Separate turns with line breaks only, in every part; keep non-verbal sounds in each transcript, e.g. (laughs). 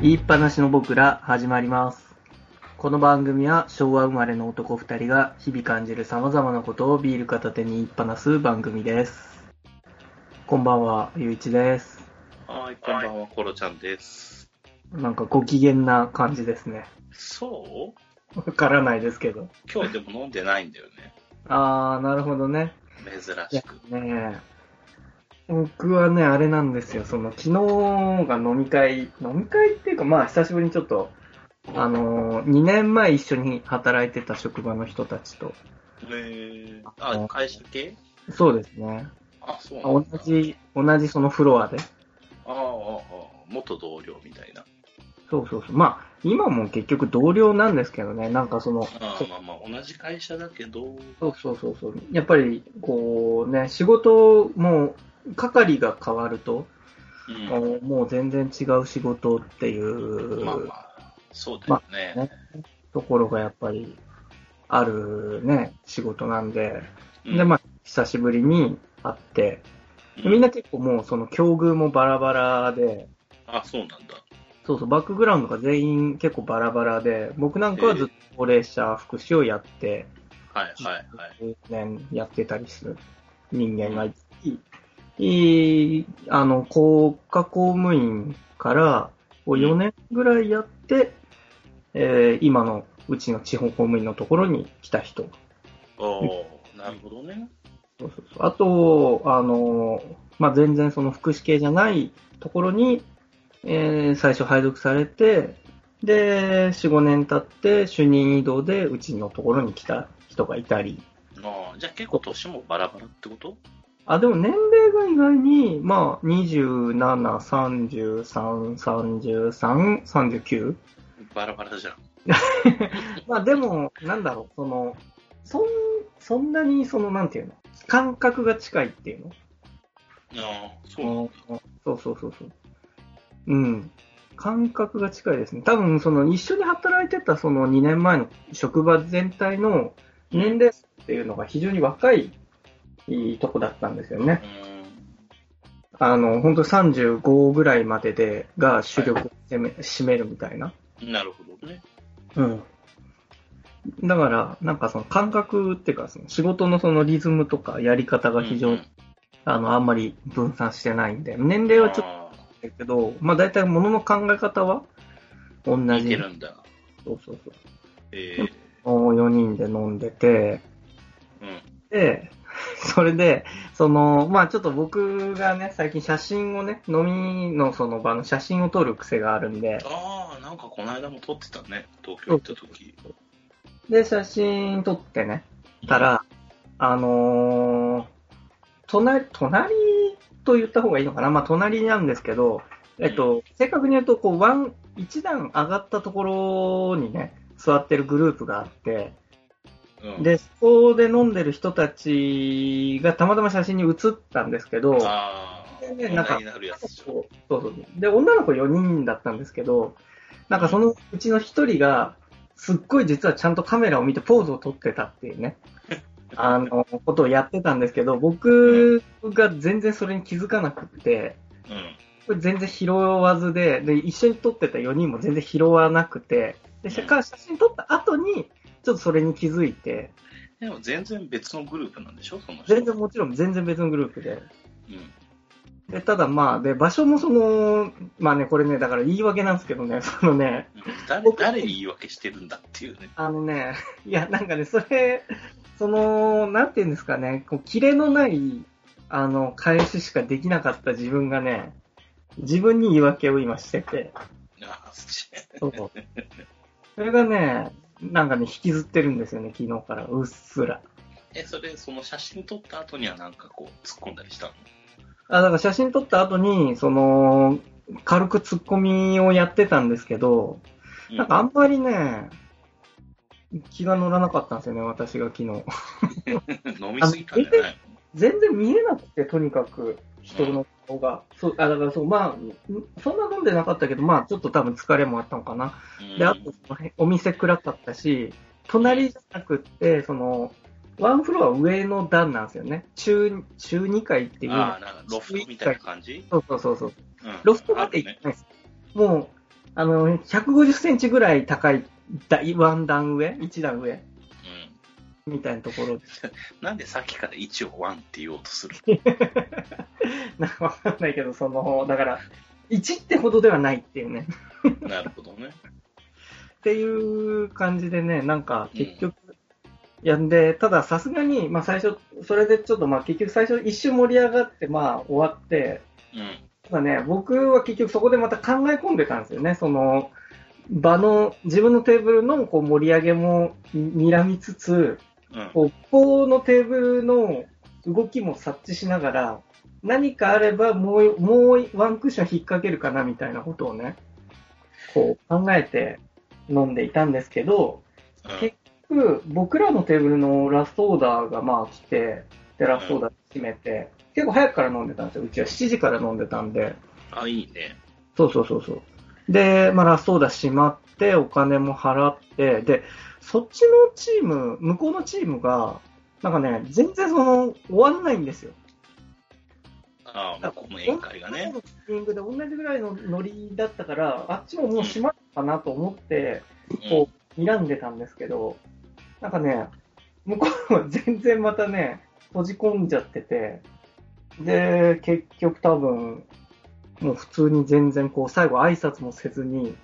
言いっぱなしの僕ら始まります。この番組は昭和生まれの男2人が日々感じる様々なことをビール片手に言いっぱなす番組です。こんばんは、ゆういちです。
はい、こんばんは、コロちゃんです。
なんかご機嫌な感じですね。
そう
わからないですけど。
今日でも飲んでないんだよね。
あー、なるほどね。
珍
いや
しく。
ねえ僕はね、あれなんですよ、その昨日が飲み会、飲み会っていうか、まあ、久しぶりにちょっと、あのー、2年前一緒に働いてた職場の人たちと、
えー、あ、会社系
そうですね、
あ、そうな
同
んだ。
じ、同じそのフロアで、
ああ、ああ、元同僚みたいな。
そうそうそう、まあ、今も結局同僚なんですけどね、なんかその、
あ
そ
ーまあまあ、同じ会社だけど、
そうそうそうそう、やっぱり、こうね、仕事も、係が変わると、
うん。
もう全然違う仕事っていう、
まあまあ、そうだよね。
まあねところがやっぱりあるね、仕事なんで、
うん
で、まあ、久しぶりに会って、
うん
みんな結構もうその境遇もバラバラで、
あ、そうなんだ。
そうそう、バックグラウンドが全員結構バラバラで、僕なんかはずっと高齢者福祉をやって、
はいはいはい。
10年やってたりする人間がいて、いいあの、国家公務員からを4年ぐらいやって、えー今のうちの地方公務員のところに来た人
おー、なるほどね。
そうそうそうあと、あの、まあ、全然その福祉系じゃないところに、えー最初配属されて、で、4、5年経って主任移動でうちのところに来た人がいたり、
あーじゃあ結構年もバラバラってこと
あ、でも年齢が意外に、まあ、27、33、33、39。
バラバラじゃん。
まあ、でも、なんだろう、その、そん、そんなに、その、なんていうの、感覚が近いっていうの
あーそうなんだ。
そうそうそうそう。うん。感覚が近いですね。多分、その、一緒に働いてた、その2年前の職場全体の年齢層っていうのが非常に若い、いいとこだったんですよね。
うん。
あの、本当35ぐらいまでで、が主力を占め占めるみたいな。
なるほどね。
うん。だから、なんかその感覚っていうか、その仕事のそのリズムとかやり方が非常に、
うん
あの、あんまり分散してないんで、年齢はちょっと
あー
だけど、まあ大体物の考え方は同
似
じ
て。るんだ。
そうそうそう。
えー、
この4人で飲んでて、
うん。
で、 (laughs) それで、その、まあちょっと僕がね、最近写真をね、飲みのその場の写真を撮る癖があるんで、
ああ、なんかこの間も撮ってたね、東京行った時。
で、写真撮ってね、たら、あのー隣、隣と言った方がいいのかなまあ隣なんですけど、えっと、正確に言うと、こう、ワン、一段上がったところにね、座ってるグループがあって、
うん、
で、そこで飲んでる人たちがたまたま写真に写ったんですけど、
ああ、
で
な
なんん
か
か
になるやつでしょ。
そうそうそう。で、女の子4人だったんですけど、なんかそのうちの1人が、すっごい実はちゃんとカメラを見てポーズをとってたっていうね、あの、ことをやってたんですけど、僕が全然それに気づかなくて、
うん。
これ全然拾わずで、で、一緒に撮ってた4人も全然拾わなくて、で、写写真撮った後に、ちょっとそれに気づいて、
でも全然別のグループなんでしょ、その人。
全然もちろん全然別のグループで、
うん。
で、ただまあ、で、場所もその、まあね、これね、だから言い訳なんですけどね、そのね、
うん誰
僕
誰に言い訳してるんだっていうね。
あのね、 (laughs) いや、なんかね、それ、その、なんていうんですかね、こう、キレのない、あの、返ししかできなかった自分がね、自分に言い訳を今してて、
ああ、し
そう。それがね、なんかね、引きずってるんですよね、昨日から、うっすら。
え、 (laughs) それ、その写真撮った後にはなんかこう、突っ込んだりしたの
あ、だから写真撮った後に、その、軽くツッコミをやってたんですけど、
う
なんかあんまりね、気が乗らなかったんですよね、私が昨日。
飲みすぎたんじゃない
全然見えなくて、とにかく、人の顔が。そう、あ、だからそう、まあ、そんな飲んでなかったけど、まあ、ちょっと多分疲れもあったのかな。
の
で、あと、その辺お店暗かったし、隣じゃなくって、その、ワンフロア上の段なんですよね。中、中2階っていうの。
ああ、なんかロフトみたいな感じ、
そうそうそうそう。
うん、
ロフトまで
あ
行
るね
ってないです。もう、あの、150センチぐらい高い、大ワン段上一段上
うん
みたいなところで。
なんでさっきから1を1って言おうとする
なんかわかんないけど、その、だから、1ってほどではないっていうね。
のなるほどね。
っていう感じでね、なんか (laughs) 結局、いやんで、たださすがに、まあ最初、それでちょっとまあ結局最初一瞬盛り上がって、まあ終わって、
うん。
ただね、僕は結局そこでまた考え込んでたんですよね。その、場の、自分のテーブルのこう盛り上げも睨みつつ、
うん。
こう、こうのテーブルの動きも察知しながら、何かあればもう、もうワンクッション引っ掛けるかなみたいなことをね、こう考えて飲んでいたんですけど、
うん
結僕らのテーブルのラストオーダーがまあ来て、で、ラストオーダー閉めて、結構早くから飲んでたんですよ。うちは7時から飲んでたんで、
あ、いいね。
そうそうそうそう。で、まあ、ラストオーダー閉まって、お金も払って、で、そっちのチーム、向こうのチームが、なんかね、全然その、終わんないんですよ。
ああ、この宴会がね。
同じタイミングで同じぐらいのノリだったから、あっちももう閉まったかなと思って、こう、睨んでたんですけど、なんかね、向こうは全然またね、閉じ込んじゃってて、で、結局多分、もう普通に全然こう、最後挨拶もせずに、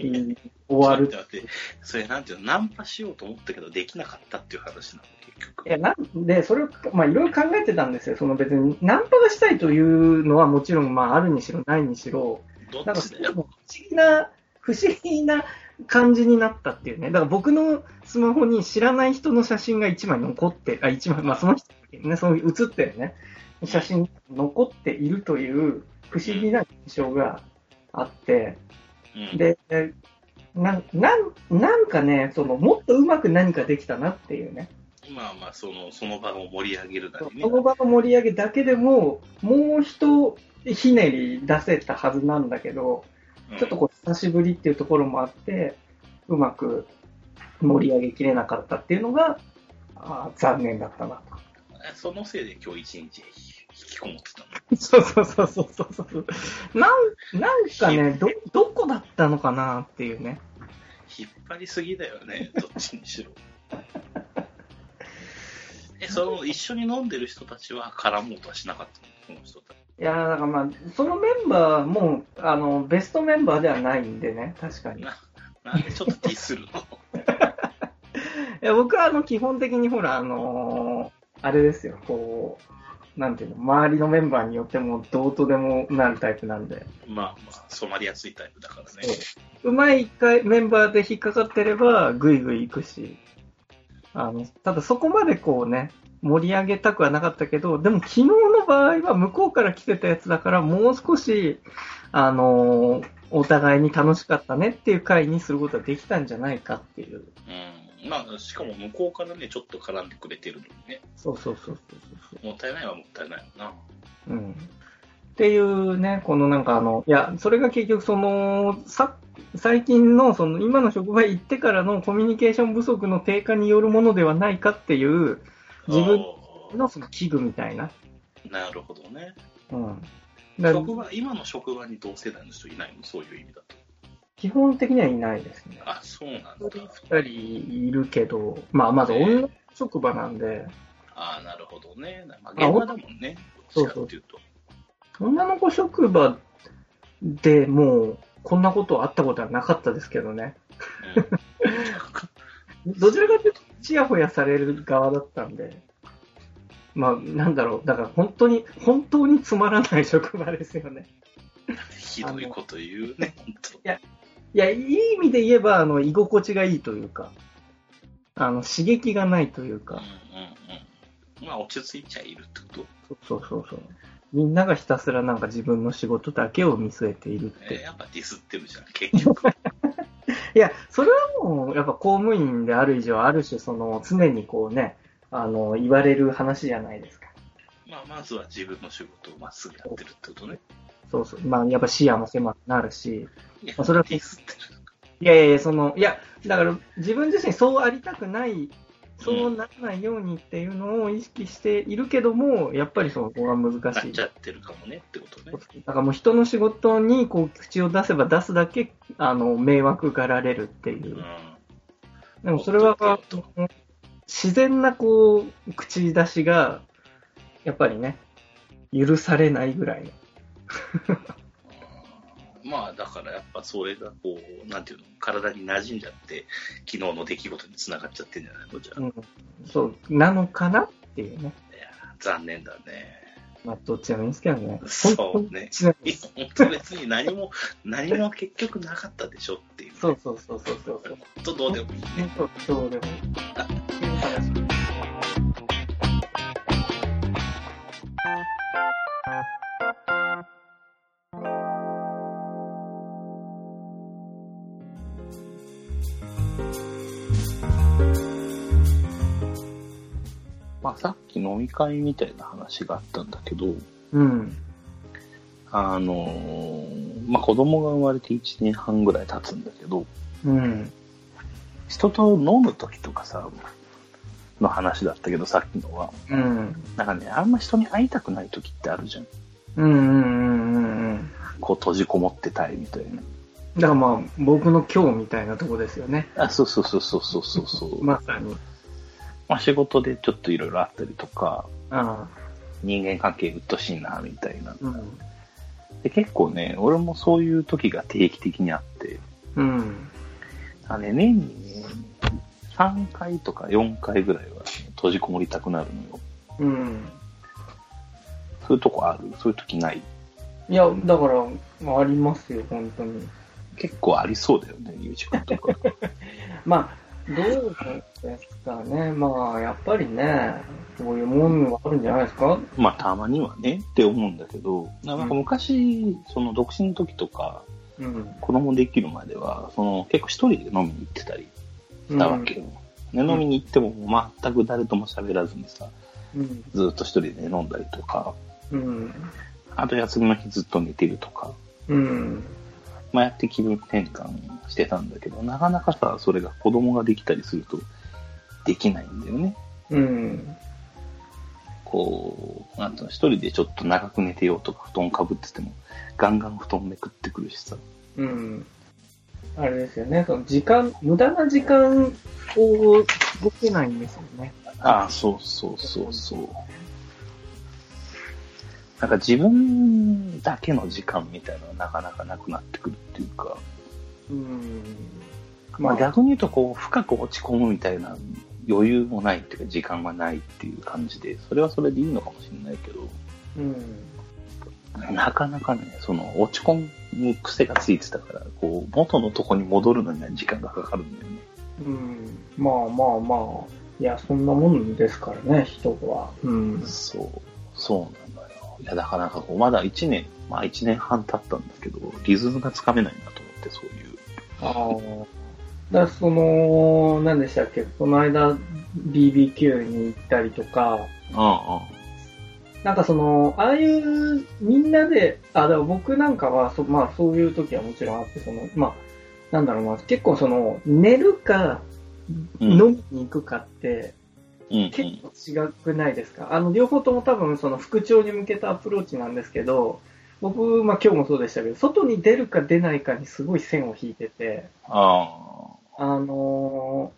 うん
終わる
ちょ。っと待ってそれなんていうの、ナンパしようと思ったけど、できなかったっていう話なの、結局。
いやなんで、それを、まあ、いろいろ考えてたんですよ。その別に、ナンパがしたいというのはもちろん、まあ、あるにしろ、ないにしろ、
ど
なん
っ
か、
ち
そ
だ
れで
よ。
も不思議な、不思議な感じになったっていうね。だから僕のスマホに知らない人の写真が1枚残って、あ、一枚、まあその人にね、その写ってるね、写真残っているという不思議な現象があって、
うん、
で、な、なん、なんかね、その、もっとうまく何かできたなっていうね。
まあまあその、その場を盛り上げるなりね
そ。の場の盛り上げだけでも、もう一ひねり出せたはずなんだけど、
うん
ちょっとこう久しぶりっていうところもあって、うまく盛り上げきれなかったっていうのが、あー残念だったなと。
そのせいで今日一日引きこもってたの。
(laughs) そうそうそうそうそうそう。なん、なんかね、ど、どこだったのかなっていうね。
引っ張りすぎだ
(laughs)
よね、どっちにしろ。え、その一緒に飲んでる人たちは絡もうとはしなかったのこの人たち。
いやーだからまあ、そのメンバーも、あの、ベストメンバーではないんでね、確かに。い
ななんでちょっとディスるの
や、僕はあの、基本的にほら、あのーあれですよ、こう、なんていうの、周りのメンバーによってもどうとでもなるタイプなんで。
まあまあ、染まりやすいタイプだからね。
うまい一回メンバーで引っかかってれば、ぐいぐい行くし、あの、ただそこまでこうね、盛り上げたくはなかったけど、でも昨日の場合は向こうから来てたやつだから、もう少し、あのーお互いに楽しかったねっていう回にすることはできたんじゃないかっていう。
うん。まあ、しかも向こうからね、ちょっと絡んでくれてるのにね。
そうそうそうそうそう
もったいないはもったいないよな。
そう。うん。っていうね、このなんかあの、いや、それが結局その、さ、最近のその今の職場行ってからのコミュニケーション不足の低下によるものではないかっていう自分のその器具みたいな。
あーなるほどね。
うん。だから
職場、今の職場に同世代の人いないのそういう意味だと。
基本的にはいないですね。
あ、そうなんだ。
二人いるけど、まあまず女職場なんで、
ああ、なるほどね。まあ、
あ
現場だもんね。
そ
ど
う
っちか
そう
っていうと。
女の子職場でもうこんなことあったことはなかったですけどね。 (laughs) どちらかというと、ちやほやされる側だったんで、まあ、なんだろう、だから本当に、本当につまらない職場ですよね。
うんひどいこと言うね、本
いや、いい意味で言えば、あの、居心地がいいというか、あの、刺激がないという
当。うん
か、
うんうん。まあ、落ち着いちゃいるってこ
そ
と。
うそうそうそう。みんながひたすらなんか自分の仕事だけを見据えているっ
えー
て。
やっぱディスってるじゃん、
(laughs)
結局。
いや、それはもう、やっぱ公務員である以上、ある種、その、常にこうね、あの、言われる話じゃないですか。
まあ、まずは自分の仕事をまっすぐやってるってことね。
そうそう。まあ、やっぱ視野も狭くなるし、
いや
あそれは
ディスってる。
いやいやいや、その、いや、だから自分自身そうありたくないそうならないようにっていうのを意識しているけども、やっぱりそこが難
なっ
しい。
ちゃってるかもねってことね。
だからもう人の仕事にこう口を出せば出すだけあの迷惑がられるっていうう。
ん。
でもそれは
本当に
自然なこう口出しがやっぱりね、許されないぐらいの。
まあだからやっぱそれがこう、なんていうの、体に馴染んじゃって、昨日の出来事につながっちゃってんじゃないのじゃあ、
うん、そう、なのかなっていうね。
残念だね。
まあどっちでもいいんですけどね。
そうね
本当にどっちでもい
い
い
や、本当別に何 (laughs) も、何も結局なかったでしょっていう、ね。
そうそうそうそうそうそう。
本当どうでもいいね。
ね、そうそうでもいい。っていう話
まあさっき飲み会みたいな話があったんだけど、
うん。
あのーまあ子供が生まれて1年半ぐらい経つんだけど、
うん。
人と飲む時とかさ、の話だったけど、さっきのは。
うん。
なんかね、あんま人に会いたくない時ってあるじゃん。
うんうんうんうん。
こう閉じこもってたいみたいな。
だからまあ、僕の今日みたいなとこですよね。
あ、そうそうそうそうそうそうそ
(laughs)
う。
まさに。
まあ仕事でちょっといろいろあったりとか、
ああ、
人間関係うっとしいな、みたいな。
うん。
で結構ね、俺もそういう時が定期的にあって、
うん。
あね、年にね、3回とか4回ぐらいはね、閉じこもりたくなるのよ。
うん。
そういうとこあるそういう時ない
いや、だから、ありますよ、本当に。
結構ありそうだよね、ゆうちくんとか。
まあ、どうですかね。まあ、やっぱりね、そういうもんがあるんじゃないですか
まあ、たまにはね、って思うんだけど、なんか昔、その独身の時とか、
うん。
子供できるまでは、その結構一人で飲みに行ってたりしたわけよ。ね飲みに行っても全く誰とも喋らずにさ、
うん。
ずっと一人で飲んだりとか、
うん。
あと休みの日ずっと寝てるとか、
うん。
まあ、やって気分転換してたんだけど、なかなかさ、それが子供ができたりすると、できないんだよね。
うん。
こう、なんていうの、一人でちょっと長く寝てようとか、布団かぶってても、ガンガン布団めくってくるしさ。
うん。あれですよね。その時間、無駄な時間を動けないんですよね。
ああ、そうそうそうそう。なんか自分だけの時間みたいなのがなかなかなくなってくるっていうか、
うん。
まあ逆に言うとこう深く落ち込むみたいな余裕もないっていうか時間がないっていう感じで、それはそれでいいのかもしれないけど、
うん。
なかなかね、その落ち込む癖がついてたから、こう元のとこに戻るのには時間がかかるんだよね。
うん、まあまあまあ、いや、そんなもんですからね、人は。うん。
そう、そうなんだよ。いや、だからなんかこう、まだ1年、まあ1年半経ったんだけど、リズムがつかめないなと思って、そういう。
ああ。だからその、何でしたっけ、この間、BBQ に行ったりとか、
あ
なんかその、ああいう、みんなで、あ、だから僕なんかは、そまあそういう時はもちろんあって、その、まあ、なんだろうな、結構その、寝るか、
うん
飲みに行くかって、
うんうん。
結構違くないですか、あの両方とも多分その復調に向けたアプローチなんですけど僕、まあ、今日もそうでしたけど外に出るか出ないかにすごい線を引いてて、
あ
あの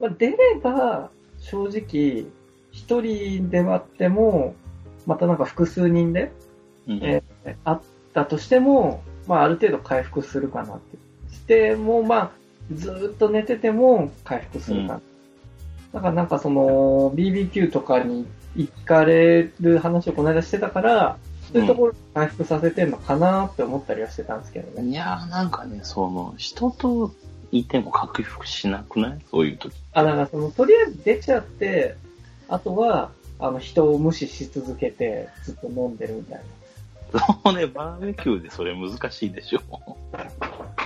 ーまあ、出れば正直一人であってもまたなんか複数人で
あ。うん
えあったとしても、まあ、ある程度回復するかなって。しても、まあ、ずーっと寝てても回復するかな。だからなんかその、BBQ とかに行かれる話をこの間してたから、そういうところ回復させてんのかなって思ったりはしてたんですけどね。
いやー、なんかね、その、人といても回復しなくないそういう時。 (laughs)
あ、だからその、とりあえず出ちゃって、あとは、あの、人を無視し続けて、ずっと飲んでるみたいな。
そうね、バーベキューでそれ難しいでしょ。 (laughs)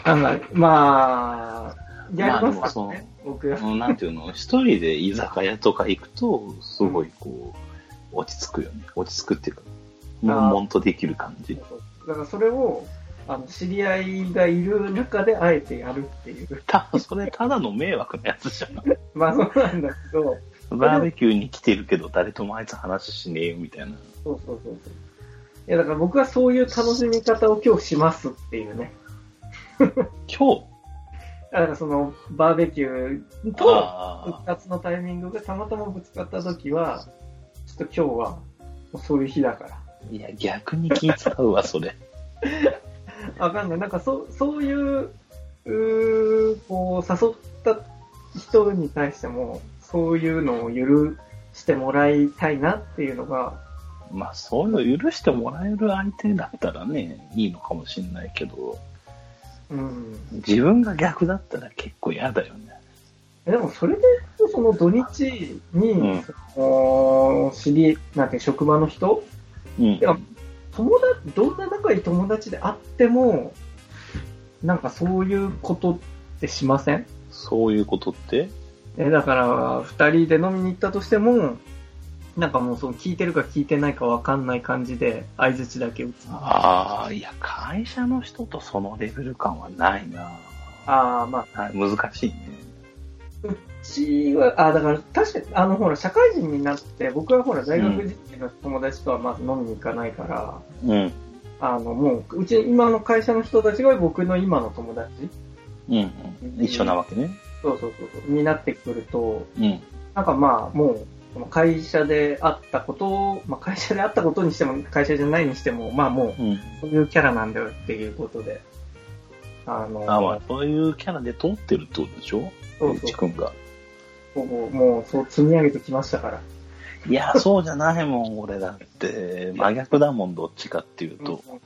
なんか、まあ、やり
ま
ま
あ
すからね、僕は。
うんなんていうの、一人で居酒屋とか行くと、すごいこう、落ち着くよね。落ち着くっていうか、悶々とできる感じ。
だからそれをあの知り合いがいる中であえてやるっていう。 (laughs)
たそれただの迷惑なやつじゃん。
まあそうなんだけど、
バーベキューに来てるけど、誰ともあいつ話しねえよみたいな。
そうそうそうそう。いや、だから僕はそういう楽しみ方を今日しますっていうね。
今日
だからその、バーベキューと復
あ
活のタイミングがたまたまぶつかった時は、ちょっと今日は、もうそういう日だから。
ーいや、逆に気使うわ、それ。 (laughs)
わかんない。なんかそう、そういう、うーこう、誘った人に対しても、そういうのを許してもらいたいなっていうのが、
まあ、そういうの許してもらえる相手だったらね、いいのかもしれないけど、
うん。
自分が逆だったら結構嫌だよね。
でもそれで、その土日に、
うん
その、知り、なんていう、職場の人
うん。
や友達、どんな仲いい友達であっても、なんかそういうことってしません
そういうことって
え、だから、二人で飲みに行ったとしても、なんかもうその聞いてるか聞いてないかわかんない感じで、相槌だけ打つ。あ
ああ、いや、会社の人とそのレベル感はないな。
あー、まあ、
はい難しいね。
うちは、あーだから確かに、あの、ほら、社会人になって、僕はほら、大学時代の友達とはまず飲みに行かないから、
うん。
あの、もう、うち今の会社の人たちが僕の今の友達
うん、うん。一緒なわけね。
そうそうそうそう、になってくると、
うん。
なんかまあ、もう、この会社であったことを、まあ、会社であったことにしても、会社じゃないにしても、まあもう、
うん。
そういうキャラなんだよっていうことで。あの、
あまあ、そういうキャラで通ってるってことでしょ
そう
ゆうち
そ
くんが。
う、もう、もうそう積み上げてきましたから。
いや、そうじゃないもん、俺だって。真逆だもん、どっちかっていうと。
うん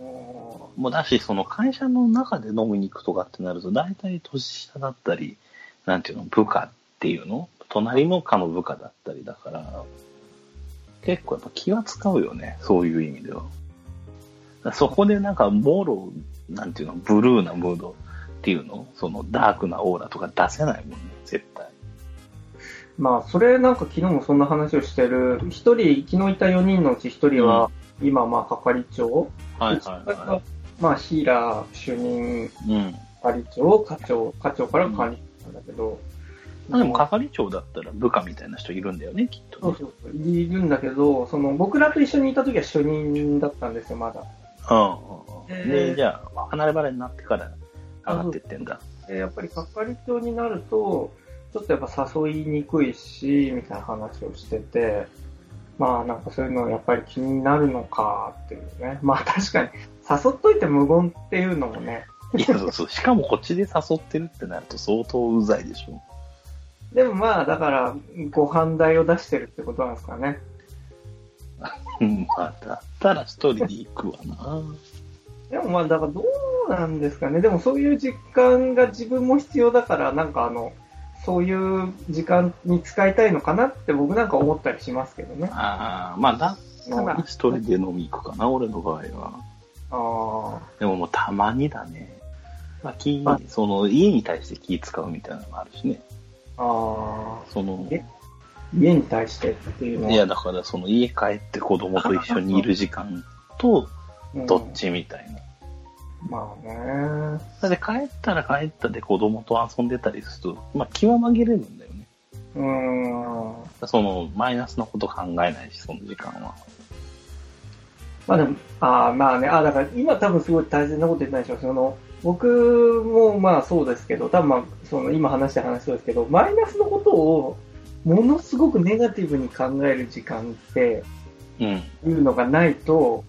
も
もうだし、その会社の中で飲みに行くとかってなると、大体年下だったり、なんていうの、部下っていうの隣の課の部下だったりだから、結構やっぱ気は使うよね、そういう意味では。だからそこでなんか、ボロ、なんていうの、ブルーなムードっていうのそのダークなオーラとか出せないもんね、絶対。
うまあ、それなんか昨日もそんな話をしてる、一人、昨日いた4人のうち一人は、今、まあ、係長、
はい
まあ、ヒーラー主任
い。うん。
係長、課長、課長から管理なんだけど、
まあでも係長だったら部下みたいな人いるんだよね、きっと
そう
ね。
そうそう、いるんだけど、その、僕らと一緒にいた時は主任だったんですよ、まだ。
うんうんうん。
えー
で、じゃあ、離れ離れになってから上がってってんだ。
でやっぱり係長になると、ちょっとやっぱ誘いにくいし、みたいな話をしてて、まあなんかそういうのやっぱり気になるのかっていうね。 (laughs) まあ確かに、誘っといて無言っていうのもね。
(laughs) いや、そうそう。しかもこっちで誘ってるってなると相当うざいでしょ。
でもまあだから、ご飯代を出してるってことなんですかね。
うんまあ、だったら一人で行くわな。
でもまあだからどうなんですかね。でもそういう実感が自分も必要だから、なんかあの、そういう時間に使いたいのかなって僕なんか思ったりしますけどね。
ああ、まあ、だったら一人で飲み行くかな、俺の場合は。
ああ。
でももうたまにだね。まあ、気
まあ、
その、家に対して気使うみたいなのもあるしね。
ああ。
その、
え家に対してっていうのは。
いや、だからその家帰って子供と一緒にいる時間と、
うん
どっちみたいな。
まあね。
だって帰ったら帰ったで子供と遊んでたりすると、まあ気は紛れるんだよね。
うーん。
そのマイナスのこと考えないし、その時間は。
まあでも、ああ、まあね。ああ、だから今多分すごい大切なこと言ってないでしょ。その、僕もまあそうですけど、多分まあ、その今話した話そうですけど、マイナスのことをものすごくネガティブに考える時間って
うん。
いうのがないと、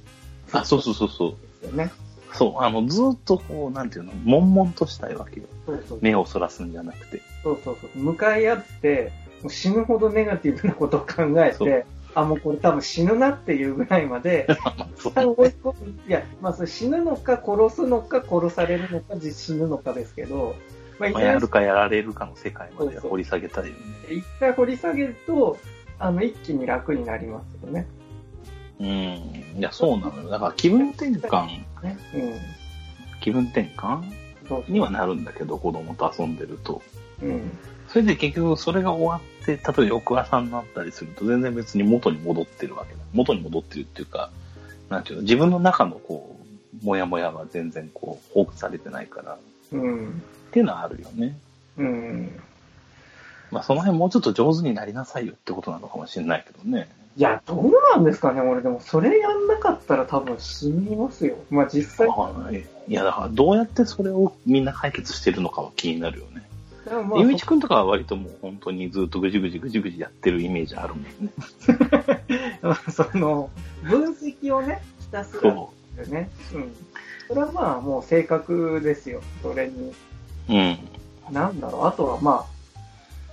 あ、そうそうそうそう。
ですよね。
そう、あの、ずっとこう、なんていうの、悶々としたいわけよ。
そうそう
目をそらすんじゃなくて。 (laughs)
そうそうそう。向かい合って、もう死ぬほどネガティブなことを考え
そ
て
う、
あ、もうこれ多分死ぬなっていうぐらいまで、
(laughs) そう
多分追い込むいや、まあ、それ死ぬのか殺すのか殺されるのかじ死ぬのかですけど、まあ、一
まあや
回
るかやられるかの世界まで掘り下げたいよね。
一回掘り下げると、あの、一気に楽になりますよね。
うん。いや、そうなのよ。だから気分転換、
ね
気分転換
うん。そう
にはなるんだけど、子供と遊んでると。
うん。
それで結局それが終わって、例えば翌朝になったりすると全然別に元に戻ってるわけだ。元に戻ってるっていうか、なんていうの、自分の中のこう、もやもやが全然こう、放棄されてないから、っ
うん。
ていうのはあるよね。
うん。
まあ、その辺もうちょっと上手になりなさいよってことなのかもしれないけどね。
いや、どうなんですかね、俺、でも、それやんなかったら多分死にますよ。まあ、実際、
わかんない。いや、だからどうやってそれをみんな解決してるのかは気になるよね。
でもまあ
ゆういちくんとかは割ともう本当にずっとぐじぐじぐじぐじやってるイメージあるもんね。
(laughs) そその、分析をね、ひたすら
そ
ですね。うん。それはまあ、もう性格ですよ。それに。
う。うん。
なんだろう、あとはまあ、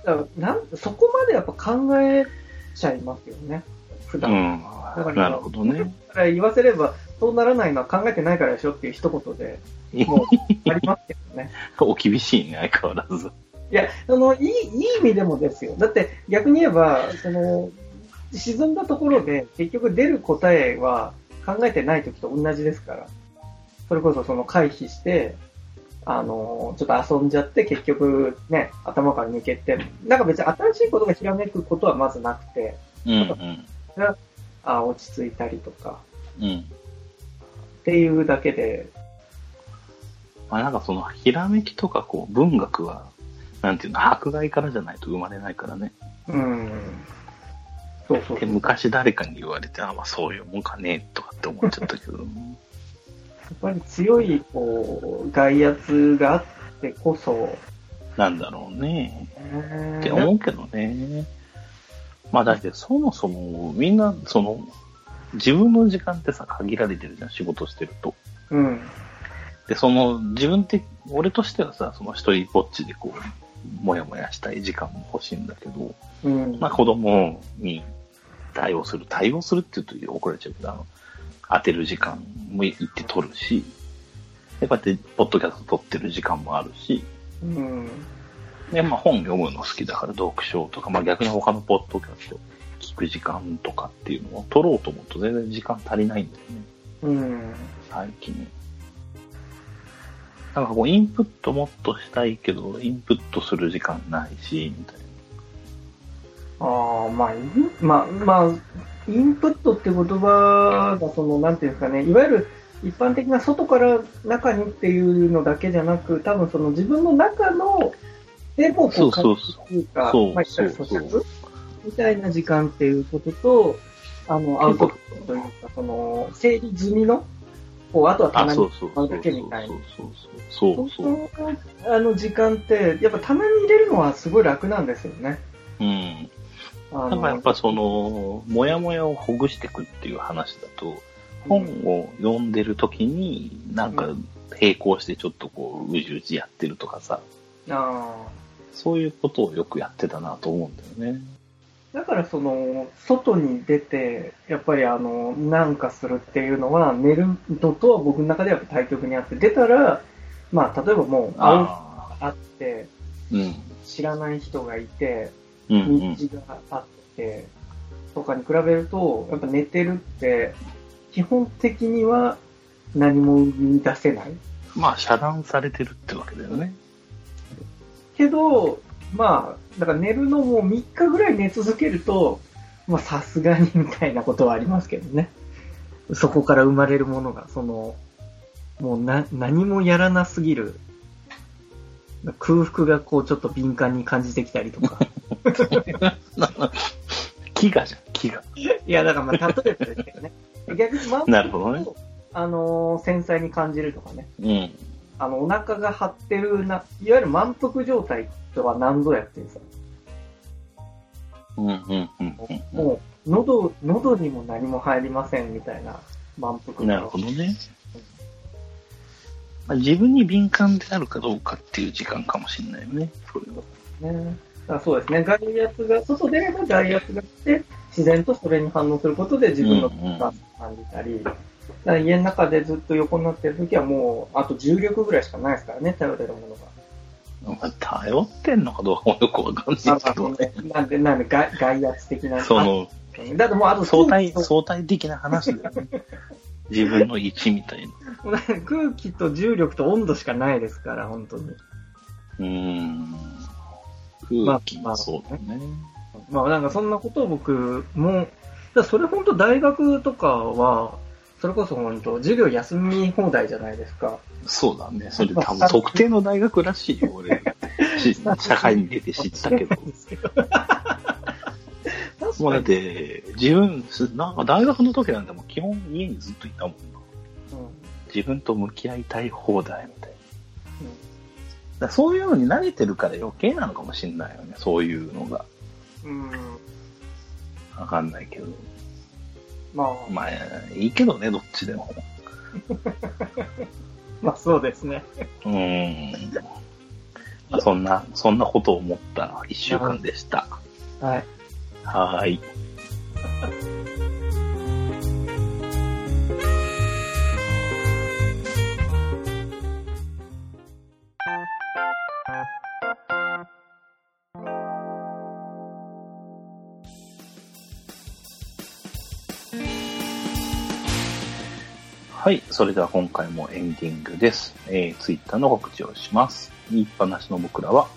だからなんそこまでやっぱ考えちゃいますよね。普
う
段。
ん
だから。
なるほどね。
だから言わせれば、そうならないのは考えてないからでしょっていう一言
(laughs)
で、もう、ありますけどね。
お厳しいね、相変わらず。
いや、その、いい、いい意味でもですよ。だって、逆に言えば、その、沈んだところで、結局出る答えは考えてない時と同じですから。それこそ、その、回避して、あの、ちょっと遊んじゃって、結局、ね、頭から抜けて、なんか別に新しいことがひらめくことはまずなくて、
うんうん。
あ落ち着いたりとか、
うん。
っていうだけで、
まあなんかその、ひらめきとかこう、文学は、なんていうの、迫害からじゃないと生まれないからね。
うん。そうそう
で、昔誰かに言われて、あ、まあそういうもんかね、とかって思っちゃったけど。
やっぱり強い、こう、外圧があってこそ、
なんだろうね。
っ
って思うけどね。まあだってそもそもみんなその自分の時間ってさ限られてるじゃん仕事してると。
うん。
でその自分って俺としてはさその一人ぼっちでこうもやもやしたい時間も欲しいんだけど、
うん。
まあ子供に対応する対応するって言うと怒られちゃうけどあの当てる時間も行って取るし。で、こうやって、ポッドキャスト撮ってる時間もあるし、
うん。
で、まあ本読むの好きだから読書とか、まあ逆に他のポッドキャスト聞く時間とかっていうのを取ろうと思うと全然時間足りないんだよね、
うん。
最近。なんかこうインプットもっとしたいけど、インプットする時間ないし、みたい
ああ、まあ、インまあ、まあ、インプットって言葉が、その、なんていうんですかね、いわゆる一般的な外から中にっていうのだけじゃなく、多分その自分の中の、でもこ、
そううそ
感
う
じっていうか、
そう
まあ、言った
そ
ら
うそ
咀嚼
う
みたいな時間っていうことと、あの、アウトプットというか、その、整理済みの、こう、あとは
な。
棚に
あ、そうそうそう。
だけみたいな
そうそうそう。そう
そ
そう。
のあの時間って、やっぱ棚に入れるのはすごい楽なんですよね。
うん。
あ
なん
の
かやっぱその、もやもやをほぐしていくっていう話だと、本を読んでる時に、なんか並行してちょっとこう、うじうじやってるとかさ、
あ
そういうことをよくやってたなと思うんだよね。
ーだからその、外に出て、やっぱりあの、なんかするっていうのは、寝るのとは僕の中ではやっぱ対極にあって、出たら、まあ、例えばもう、会う
あ。
あって、
うん。
知らない人がいて、
うん
道
うん。
があって、とかに比べると、やっぱ寝てるって、基本的には何も生み出せない。
まあ、遮断されてるってわけだよ (laughs) ね。
けど、まあ、だから寝るのも3日ぐらい寝続けると、まあさすがにみたいなことはありますけどね。そこから生まれるものが、その、もうな、何もやらなすぎる。空腹がこうちょっと敏感に感じてきたりと
(laughs)
か。
飢餓じゃん、飢餓。
いや、だからまあ例えばですけどね。逆に、まあ、
なるほどね
あのー、繊細に感じるとかね。
うん。
あの、お腹が張ってるな、いわゆる満腹状態とは何度やってるさ。
うんうんうんうん
もう、喉、喉にも何も入りませんみたいな満腹
うん。
感
なるほどね。まあ、自分に敏感であるかどうかっていう時間かもしれないよね、それは。
ね。だからそうですね。外圧が、外出れば外圧が来て、自然とそれに反応することで自分の
うんうん
感を感じたり、だから家の中でずっと横になってるときはもう、あと重力ぐらいしかないですからね、頼れるものが。
まあ頼ってんのかどうかもよくわかん
な
なんいけ
か
ど
そ
ね。
のなんで、なんで外、外圧的な。
その、
だってもうあと
相対、
空気
相対的な話だよ
(laughs)
ね。自分の位置みたいな。
と (laughs) 空気と重力と温度しかないですから、本当に。
うーん。
まあ
空気もそうだね。
まあなんかそんなことを僕も、だからそれ本当大学とかは、それこそ本当授業休 (laughs) み放題じゃないですか。
そうだね。それ
まあ
多分特定の大学らしいよ、俺。し社会に出て知った
(laughs)
けど。もうだって、自分、すなんか大学の時なんてもう基本家にずっといたもんな。自分と向き合いたい放題みたいな。だからそういうのに慣れてるから余計なのかもしんないよね、そういうのが。
うん、
わかんないけど。
まあ、
まあ、いいけどね、どっちでも。
まあそうですね。
うーん。まあそんな、そんなことを思った一週間でした。
はい。
はーい。はい。それでは今回もエンディングです。えー、ツイッターの告知をします。言いっぱなしの僕らは、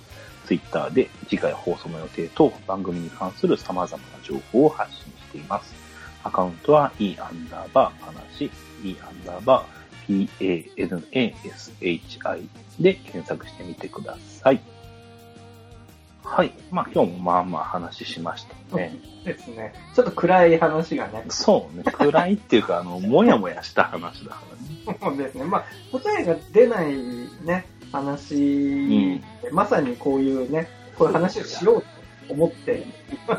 ツイッターで次回放送の予定と番組に関する様々な情報を発信しています。アカウントは e アンダーバー話、e アンダーバー p-a-n-a-s-h-i で検索してみてください。はい。まあ今日もまあまあ話しましたね。
ですね。ちょっと暗い話がね、
そうね。暗いっていうか、あの、もやもやした話だからね。
そうですね。まあ、答えが出ないね、話で、まさにこういうね、こういう話をしようと思って、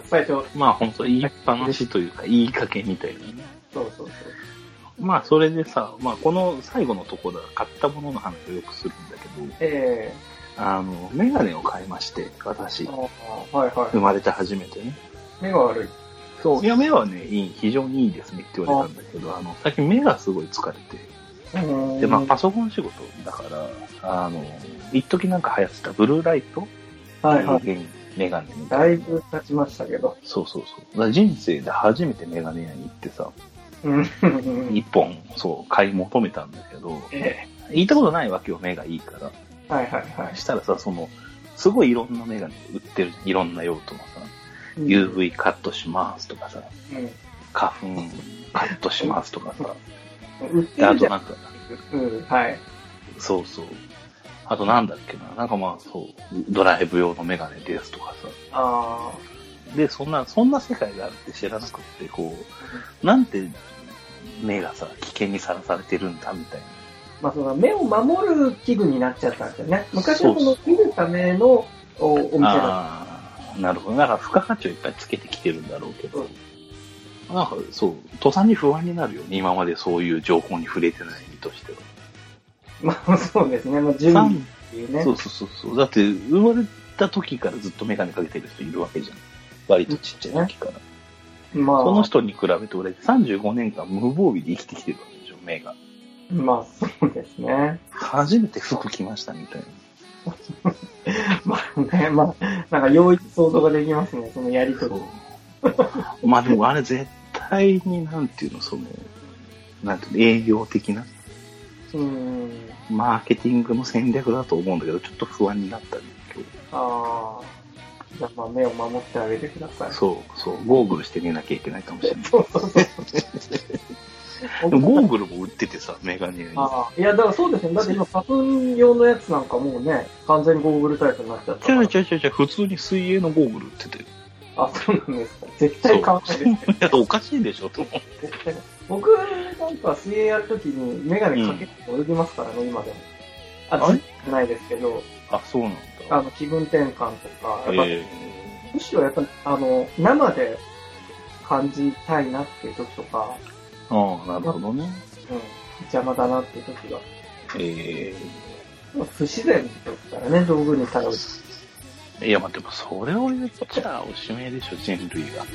最初、
まあ本当言いっぱなしというか、言いかけみたいなね。
そうそうそう。
まあそれでさ、まあこの最後のところだ、買ったものの話をよくするんだけど、
え
あの、メガネを買いまして、私
ー、、あーはい
生
は
まれて初めてね。
い。目が悪い。
そう、いや、目はね、いい、非常にいいですねって言われたんだけど、あの、最近目がすごい疲れて、で、まあパソコン仕事だから、あの、一時なんか流行ってたブルーライト
はいはい。
メガネみたい
だい
な。
ぶ経ちましたけど。
そうそうそう。だから人生で初めてメガネ屋に行ってさ、
うん。
一本、そう、買い求めたんだけど、
え
行ったことないわけよ、目がいいから。
ーはいはいはい。
したらさ、その、すごいいろんなメガネ売ってるじゃんいろんな用途のさ、UV カットしますとかさ、花粉カットしますとかさ、
うん。売って
であ
るじ
と
ゃん。
なんか、
うん。はい。
そうそう。あとなんだっけな、なんかまあそう、ドライブ用のメガネですとかさ。
あ
で、そんな、そんな世界があるって知らなくって、こう、なんて目がさ、危険にさらされてるんだみたいな。
あ。まあ、その目を守る器具になっちゃったんですよね。昔はそ
そ
の
う
見るためのおお店だっ
ああ、なるほど。だから付加価値をいっぱいつけてきてるんだろうけ
う
ど、なんかそう、途端に不安になるよね。今までそういう情報に触れてない身としては。
た。 (laughs) まあ、そうですね。まあ、準備っていうね。
そうそうそうそう。だって、生まれた時からずっとメガネかけてる人いるわけじゃん。割とちっちゃい時から。
まあ、
その人に比べて俺35年間無防備で生きてきてるわけでしょ、目が。
まあ、そうですね。 (laughs)
初めて服着ましたみたいな。
まあね、まあ、なんか容易に想像ができますね。そのやりとり。
そう。まあでもあれ絶対になんていうの、その、なんていうの、営業的な
うん。
マーケティングの戦略だと思うんだけど、ちょっと不安になったね、今日。
ああ。じゃあ、まあ、目を守ってあげてください。
そう、そう、ゴーグルしてみなきゃいけないかもしれない。
そうそうそう。
でもゴーグルも売っててさ、メガネに。
ああ、いや、だからそうですね。だって今、花粉用のやつなんかもうね、完全にゴーグルタイプになっちゃった
ち
か
ゃ
ら
うちゃうちゃうちゃう、普通に水泳のゴーグル売ってて。
あ、そうなんですか。絶対買わないですね。
(laughs) いや、おかしいでしょ、と思う。
絶対僕なんか水泳やるときにメガネかけて泳ぎますからね、今でも。
あ
あ、
れ
ずっとないですけど、
(laughs) あ、そうなん
あ
だ。
の、気分転換とか、やっぱ、
え
むしろやっぱ、あの、生で感じたいなっていうときとか、
ー、ああ、なるほどね。
うん、邪魔だなっていうときは、
え
不自然ですからね、道具に頼る。
ー、いや、まあ、でもそれを言っちゃおしめでしょ、人類が。